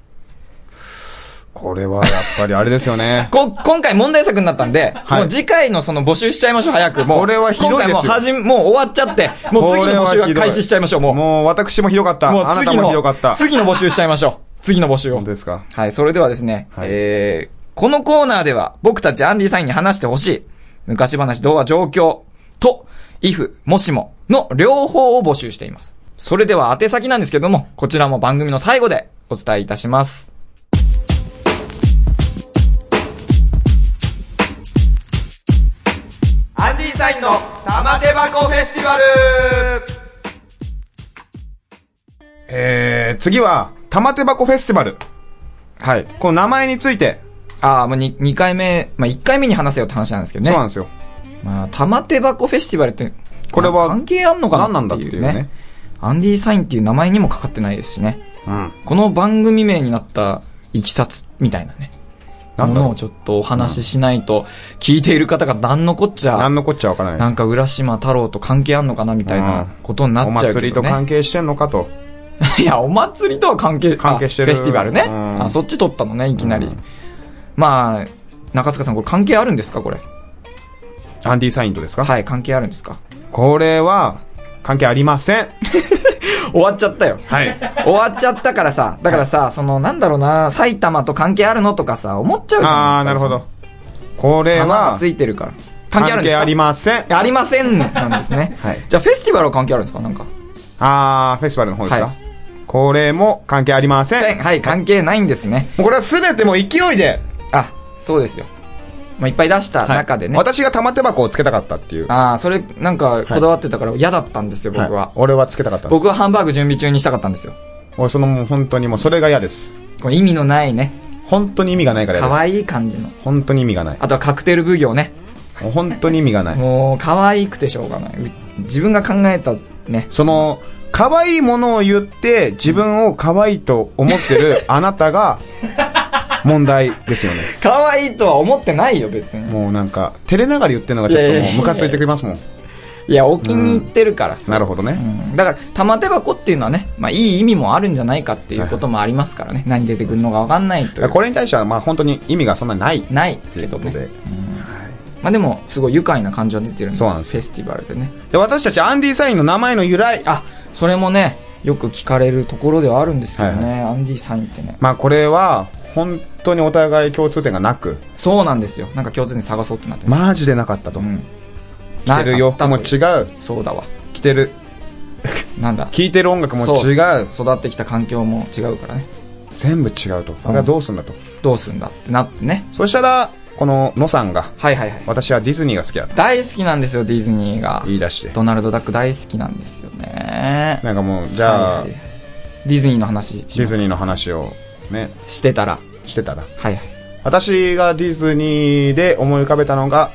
S2: これはやっぱりあれですよね
S1: こ、今回問題作になったんで、
S2: はい
S1: もう次回のその募集しちゃいましょう、早く。もう。
S2: これはひどいですよ
S1: 今回もう始めもう終わっちゃって、 もう次の募集は開始しちゃいましょう、もう。
S2: もう私もひどかった。
S1: も
S2: あなた
S1: 次
S2: も
S1: の
S2: ひどかった。
S1: 次の募集しちゃいましょう。次の募集を
S2: 本当。ですか
S1: はい、それではですね、
S2: はい
S1: えー、このコーナーでは僕たちアンディさんに話してほしい、昔話、童話、状況と、if、もしもの両方を募集しています。それでは宛先なんですけども、こちらも番組の最後でお伝えいたします。
S2: アンディサインの玉手箱フェスティバルえー、次は、玉手箱フェスティバル。
S1: はい。
S2: この名前について、
S1: ああ、もう 2, 2回目、まあ1回目に話せよって話なんですけどね。
S2: そうなんですよ。
S1: まあ、玉手箱フェスティバルって、
S2: これは
S1: まあ関係あんのかな
S2: 何なんだっていうね。
S1: アンディサインっていう名前にもかかってないですしね。
S2: うん。
S1: この番組名になったいきさつみたいなね。
S2: な
S1: も
S2: んだ
S1: の
S2: ろ
S1: をちょっとお話ししないと、聞いている方が何のこっち
S2: う。
S1: ゃ
S2: 何、のこっちゃわからないです
S1: なんか浦島太郎と関係あんのかなみたいなことにな
S2: お
S1: っちゃう
S2: 祭
S1: け
S2: りと
S1: どね
S2: 関。係してんのかと。
S1: いや、お祭りとは関係、
S2: 関係してる
S1: あフェスティバルね。
S2: うん
S1: あ、そっち取ったのね、いきなり。
S2: うん
S1: まあ、中塚さんこれ関係あるんですかこれ。
S2: アンディサインとですか
S1: はい、関係あるんですか
S2: これは、関係ありません。
S1: 終わっちゃったよ。
S2: はい。
S1: 終わっちゃったからさ、だからさ、その、なんだろうな、埼玉と関係あるのとかさ、思っちゃうじゃん。
S2: あー、なるほど。。これ
S1: 玉が
S2: は
S1: つ、いてるから。関係ある
S2: 関
S1: んで
S2: 係
S1: すか
S2: ありません。
S1: ありませんなんですね。
S2: はい
S1: じゃあ、フェスティバルは関係あるんですかなんか。
S2: あー、フェスティバルの方ですか、
S1: はい
S2: これも関係ありません。も
S1: はい、関係ないんですね。
S2: うこれはすべてもう勢いで、
S1: あ、そうですよ。まあ、いっぱい出した中でね。
S2: 私が玉手箱をつけたかったっていう。
S1: ああ、それ、なんか、こだわってたから嫌だったんですよ、僕は。
S2: い俺はつけたかったんです。
S1: 僕はハンバーグ準備中にしたかったんですよ。
S2: 俺そのもう本当にもうそれが嫌です。
S1: この意味のないね、
S2: 本当に意味がないから嫌です。
S1: 可愛い感じの。
S2: 本当に意味がない。
S1: あとはカクテル奉行ね。
S2: もう本当に意味がない。
S1: もう、可愛くてしょうがない。う自分が考えた、ね。
S2: その、可愛いものを言って自分を可愛いと思ってるあなたが問題ですよね。
S1: 可愛いとは思ってないよ、別に。
S2: もうなんか、照れながら言ってるのがちょっ
S1: いや
S2: と
S1: いや
S2: も
S1: いうや
S2: ムカついてきますもん。
S1: いや、お気に入ってるから。
S2: なるほどね。
S1: うんだから、玉手箱っていうのはね、まあ、いい意味もあるんじゃないかっていうこともありますからね。何出てくるのかわかんないという。
S2: これに対してはまあ本当に意味がそんなにない。
S1: ない
S2: ってい
S1: け
S2: う
S1: ど
S2: こと
S1: ね。
S2: で。
S1: まあ、でも、すごい愉快な感じは出てるんで。
S2: そうなんです
S1: フェスティバルでね。
S2: で、私たちアンディサインの名前の由来。
S1: あ、それもね、よく聞かれるところではあるんですけどね。アンディサインってね。
S2: まあこれは、本当にお互い共通点がなく、
S1: そうなんですよ。なんか共通に探そうってなってる。
S2: マジでなかったと。
S1: うん。
S2: 着てる洋服も
S1: なかった
S2: 違、
S1: というそうだわ。
S2: 着てる、
S1: なんだ。
S2: 聴いてる音楽も違う、
S1: そう育ってきた環境も違うからね。
S2: 全部違うと。これはどうすんだと。
S1: どうすんだってなってね。
S2: そしたら、この野さんが、
S1: はいはいはい。
S2: 私はディズニーが好きだと
S1: 大好きなんですよ、ディズニーが。
S2: 言い出して。
S1: ドナルド・ダック大好きなんですよね。
S2: なんかもう、じゃあ、
S1: はいはい
S2: デ
S1: はいディズニーの話し
S2: ィ
S1: ます
S2: ズニーの話をね、
S1: してたら、
S2: してたら。
S1: はいはい。
S2: 私がディズニーで思い浮かべたのが、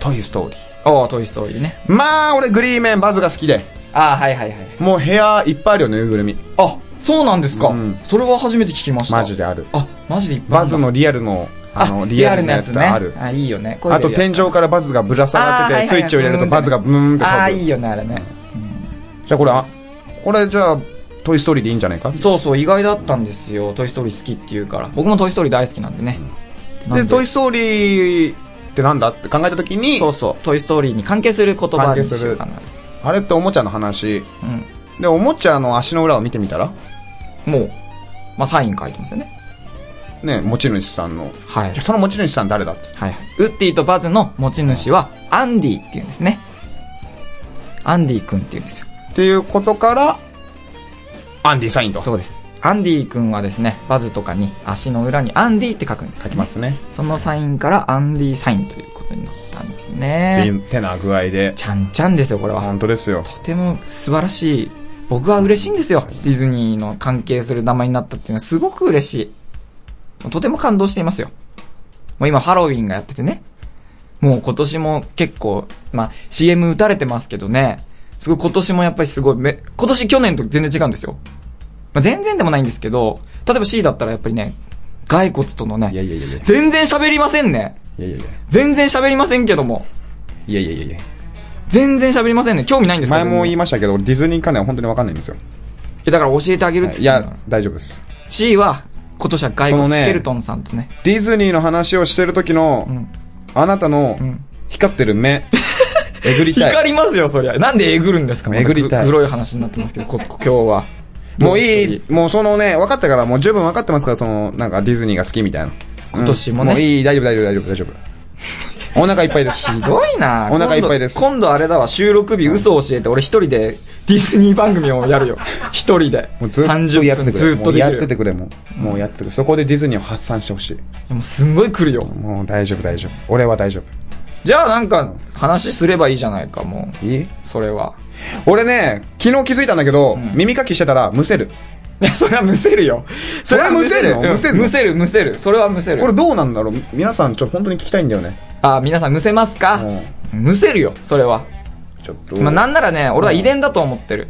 S2: トイストーリ
S1: おー、トイ・ストーリーね。
S2: ー。まあ、俺グリーンメン、バズが好きで、
S1: あー、はいはいはい。
S2: もう部屋いっぱいあるよ、ぬいぐるみ。
S1: あ、そうなんですか、
S2: うん
S1: それは初めて聞きました。
S2: マジである。
S1: あ、マジでいっぱいあ
S2: バ
S1: るん
S2: ズ
S1: だ
S2: のリアルの、あの、リ
S1: リ
S2: ア
S1: アル
S2: ルな
S1: な
S2: や
S1: や
S2: つ
S1: つ
S2: が
S1: ね。
S2: ある。
S1: あ、いいよね。
S2: あと天井からバズがぶら下がって
S1: あーはいはい
S2: て、スイッチを入れるとバズがブーンって
S1: ああー、
S2: 飛
S1: いい
S2: ぶ。
S1: よね、あれね。
S2: じゃあこれ、あ、これじゃあ、トイストーリーでいいんじゃないか
S1: そうそう、意外だったんですよ。トイ・ストーリー好きって言うから。僕もトイ・ストーリー大好きなんでね。なん
S2: で、トイストーリーってなんだって考えたときに
S1: そ、うそう、トイ・ストーリーに関係する言葉にしようかな。
S2: あれっておもちゃの話。
S1: うん。
S2: で、おもちゃの足の裏を見てみたら、
S1: もう、まあ、サイン書いてますよね。
S2: ね、持ち主さんの。
S1: はい
S2: じゃあ。その持ち主さん誰だって。
S1: はいはい。ウッディとバズの持ち主は、アンディっていうんですね。アンディくんっていうんですよ。
S2: っていうことから、アンディサインと。
S1: そうです。アンディくんはですね、バズとかに足の裏にアンディって書くんです、
S2: 書きま。すね。
S1: そのサインからアンディサインということになったんです
S2: ってい
S1: ね。
S2: う手な具合で。
S1: ちゃんちゃんですよ、これは。
S2: 本当ですよ。
S1: とても素晴らしい。僕は嬉しいんですよ。ディズニーの関係する名前になったっていうのはすごく嬉しい。もうとても感動していますよ。もう今ハロウィンがやっててね。もう今年も結構、まあ CM 打たれてますけどね。すごい今年もやっぱりすごいめ、今年去年と全然違うんですよ。まあ全然でもないんですけど、例えば C だったらやっぱりね、骸骨とのね、
S2: いやいやいやいや。
S1: 全然喋りませんね。
S2: いやいやいや。
S1: 全然喋りませんけども。
S2: いやいやいやいや。
S1: 全然喋りませんね。興味ないんですか
S2: 前も言い
S1: 今。
S2: ましたけど、俺ディズニー関連は本当にわかんないんですよ。
S1: いやだから教えてあげるっつって
S2: い
S1: んだか
S2: や
S1: ら。、
S2: 大丈夫です。
S1: C は、今年は骸
S2: その
S1: 骨
S2: ね
S1: スケルトンさんとね。
S2: ディズニーの話をしてる時の、
S1: ん
S2: あなたの
S1: ん
S2: 光ってる 目、えぐりたい。
S1: 光りますよ、そりゃ。なんでえぐるんですか
S2: えぐりたい
S1: ま黒い話になってますけど、ここ今日は。
S2: もうい
S1: 今
S2: い、もうそのね、分かったから、もう十分分かってますから、その、なんかディズニーが好きみたいな。
S1: 今年もね
S2: うんもういい、大丈夫大丈夫大丈夫大丈夫。お腹いっぱいです。
S1: ひどいな
S2: お腹いっぱいです
S1: 今度今度あれだわ、収録日嘘教えて、俺一人でディズニー番組をや るよ。一人で。
S2: もうずっとやっ
S1: 30
S2: てて
S1: 分
S2: くれ。
S1: ずっ
S2: も
S1: と
S2: う
S1: でき
S2: や
S1: る
S2: っててくれ、もう。もうやっててくれ。そこでディズニーを発散してほしい。
S1: もうすんごい来るよ。
S2: もう大丈夫大丈夫。俺は大丈
S1: じゃあなんか、話すればいいじゃないか、も。
S2: 夫。いいう
S1: それは。
S2: 俺ね、昨日気づいたんだけど、耳かきしてたら、むせる。
S1: いや、それはむせるよ。それはむせる。
S2: それはむせるの
S1: うん
S2: む
S1: むせる、むせる。それはむせ
S2: これ
S1: る。
S2: どうなんだろう皆さん、ちょっと本当に聞きたいんだよね。
S1: あ、皆さんむせますかむせるよ、それは。
S2: ちょっと。
S1: まあ、なんならね、俺は遺伝だと思ってる。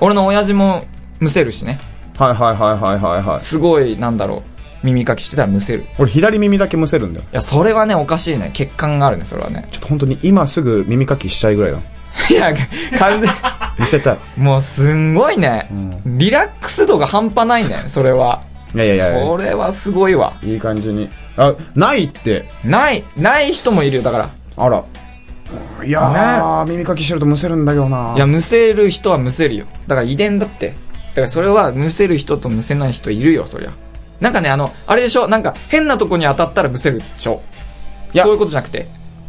S1: 俺の親父もむせるしね。
S2: はいはいはいはいはいはい。
S1: すごい、なんだろう。耳かきしてたらむせる。い
S2: 俺左耳だけむせるんだよ。
S1: や、それはね、おかしいね。欠陥があるね、それはね。
S2: ちょっと本当に今すぐ耳かきしちゃいぐら いだ。
S1: いや、完全、
S2: 見せたい。
S1: もうすんごいね、
S2: ん
S1: リラックス度が半端ないね、それは。
S2: いやいやいやいや
S1: それはすごいわ。
S2: いい感じに。あ、ないって。
S1: ない、ない人もいるよ、だから。
S2: あら。いやー、耳かきしてるとむせるんだけどない
S1: や、むせる人はむせるよ。だから遺伝だって。だからそれはむせる人とむせない人いるよ、そりゃ。なんかね、あの、あれでしょなんか変なとこに当たったらむせるでしょ
S2: いや
S1: そういうことじゃなくて。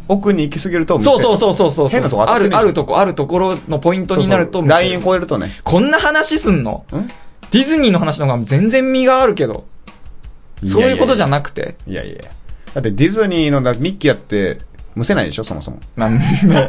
S2: 奥に行き過ぎるとむせ
S1: そう
S2: る。
S1: そうそうそうそう。
S2: 変なとこ当た
S1: あ
S2: ってんで
S1: る、あ
S2: しょ
S1: るとこ、あるところのポイントになるとむ
S2: ラ
S1: せ
S2: イ
S1: る
S2: ン。超えるとね。
S1: こんな話すんの
S2: ん
S1: ディズニーの話の方が全然身があるけど。そういうことじゃなくて。
S2: いやいやいや。だってディズニーのだミッキーやって、むせないでしょそもそも。
S1: まあ、ね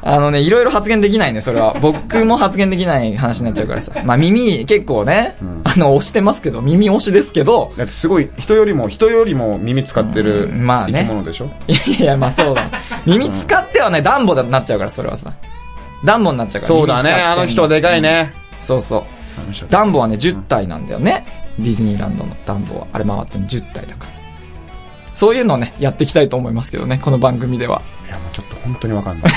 S1: あのね、いろいろ発言できないね、それは。僕も発言できない話になっちゃうからさ。まあ耳、結構ね、あの、押してますけど、耳押しですけど、
S2: だってすごい、人よりも、人よりも耳使ってる
S1: うんまあ
S2: 生
S1: ね
S2: き物でしょ、
S1: いやいや、まあそうだね。耳使ってはね、ダンボだになっちゃうから、それはさ。ダンボになっちゃうから。
S2: そうだね、
S1: 耳使っ
S2: あ
S1: て
S2: の人でかい。ね。
S1: うんそうそう。
S2: あの人
S1: ダンボはね、10体なんだよね。ディズニーランドのダンボは。あれ回っても10体だから。そういうのをね、やっていきたいと思いますけどね、この番組では。
S2: いや、もうちょっと本当にわかんない。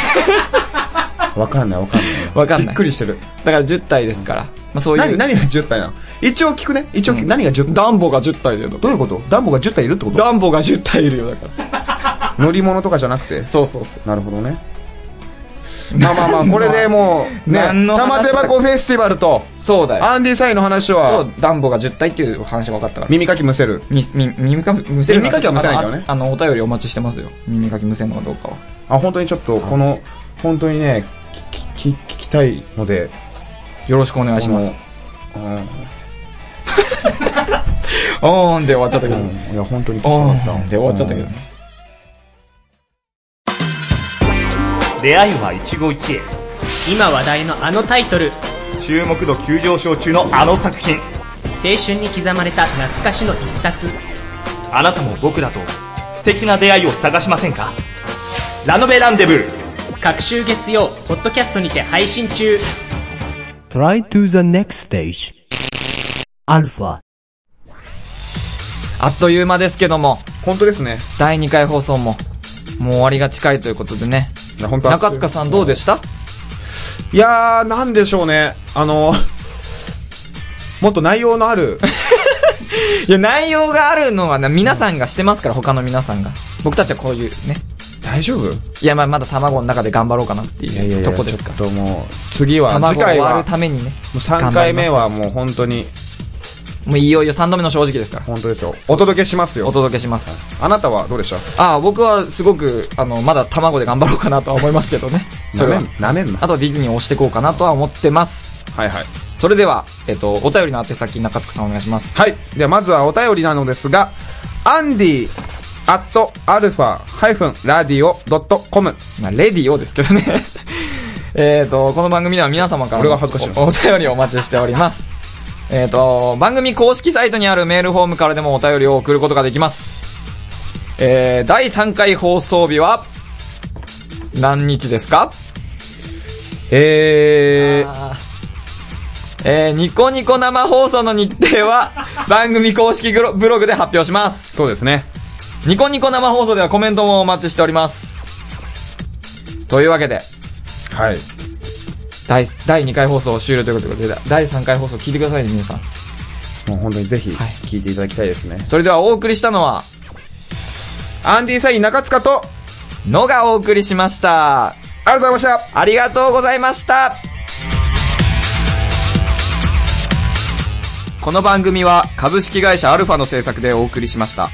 S2: わかんないわかんない。
S1: わかんない
S2: びっくりしてる。
S1: だから10体ですから。まあそうい
S2: 何、
S1: う。
S2: 何が10体なの一応聞くね。一応聞く。何が10体
S1: ダンボが10体だよ。
S2: どういうことダンボが10体いるってこと
S1: ダンボが10体いるよ、だから。
S2: 乗り物とかじゃなくて。
S1: そうそうそう。
S2: なるほどね。まあまあまあ、これでもう、ね、
S1: 何の
S2: 玉
S1: 話
S2: 手箱フェスティバルと、
S1: そうだよ。
S2: アンディサイの話は
S1: と、、ダンボが10体っていう話が分かったから。
S2: 耳かきむせる。
S1: み、み、耳かき、むせる
S2: 耳かきはむせないけどね
S1: あの、あのお便りお待ちしてますよ。耳かきむせんのかどうかは。
S2: あ、本当にちょっと、この、本当にね、きき聞きたいので、
S1: よろしくお願いします。
S2: この。うん
S1: おーんで終わっちゃったけど。
S2: うんいや、本当に聞きた
S1: おー
S2: か
S1: んで終わっちゃったけど。
S6: 出会いは一期一会
S7: 今話題のあのタイトル
S6: 注目度急上昇中のあの作品
S7: 青春に刻まれた懐かしの一冊
S6: あなたも僕らと素敵な出会いを探しませんかラノベランデブー
S7: 各週月曜ポッドキャストにて配信中
S4: Try to the next stage. Alpha.
S1: あっという間ですけども、
S2: 本当ですね。
S1: 第2回放送も、もう終わりが近いということでね。
S2: いや本当
S1: 中塚さんどうでした
S2: いやー、なんでしょうね。あの、もっと内容の ある、
S1: いや、内容があるのはな、皆さんがしてますから、他の皆さんが。僕たちはこういうね。
S2: 大丈夫
S1: いや、まあ、まだ卵の中で頑張ろうかなっていうとこですか
S2: ちょっともう、次は、
S1: 卵
S2: 次
S1: を
S2: 回
S1: 割
S2: は
S1: る、ためにね。
S2: 3回目はもう本当に、
S1: もういよいよ3度目の正直ですから。
S2: 本当ですよ。お届けします
S1: お
S2: よ。
S1: 届けします。
S2: あなたはどうでした
S1: ああ、僕はすごく、あの、まだ卵で頑張ろうかなとは思いますけどね。 それは。
S2: なめんなめんな
S1: あ。とはディズニーを押していこうかなとは思ってます。
S2: はいはい。
S1: それでは、えっと、お便りの宛先、中塚さんお願いします。
S2: はい。ではまずはお便りなのですが、アンディ、アット、アルファ、ハイフン、ラディオ、ドット、コム。
S1: まあ、レディオですけどね。 えっと、この番組では皆様からの
S2: 俺が恥ずかしい
S1: おお便りをお待ちしております。えっ、と、番組公式サイトにあるメールフォームからでもお便りを送ることができます。えー、第3回放送日は、何日ですか
S2: えー、
S1: あーえーニコニコ生放送の日程は番組公式ブロブログで発表します。
S2: そうですね。
S1: ニコニコ生放送ではコメントもお待ちしております。というわけで、
S2: はい。
S1: 第第2回放送終了ということで、第3回放送聞いてくださいね、皆さん。
S2: もう本当にぜひ、
S1: はい
S2: 聞いていただきたいですね。
S1: それではお送りしたのは、
S2: アンディサイン中塚と、
S1: のがお送りしました。
S2: ありがとうございました
S1: ありがとうございましたこの番組は株式会社アルファの制作でお送りしました。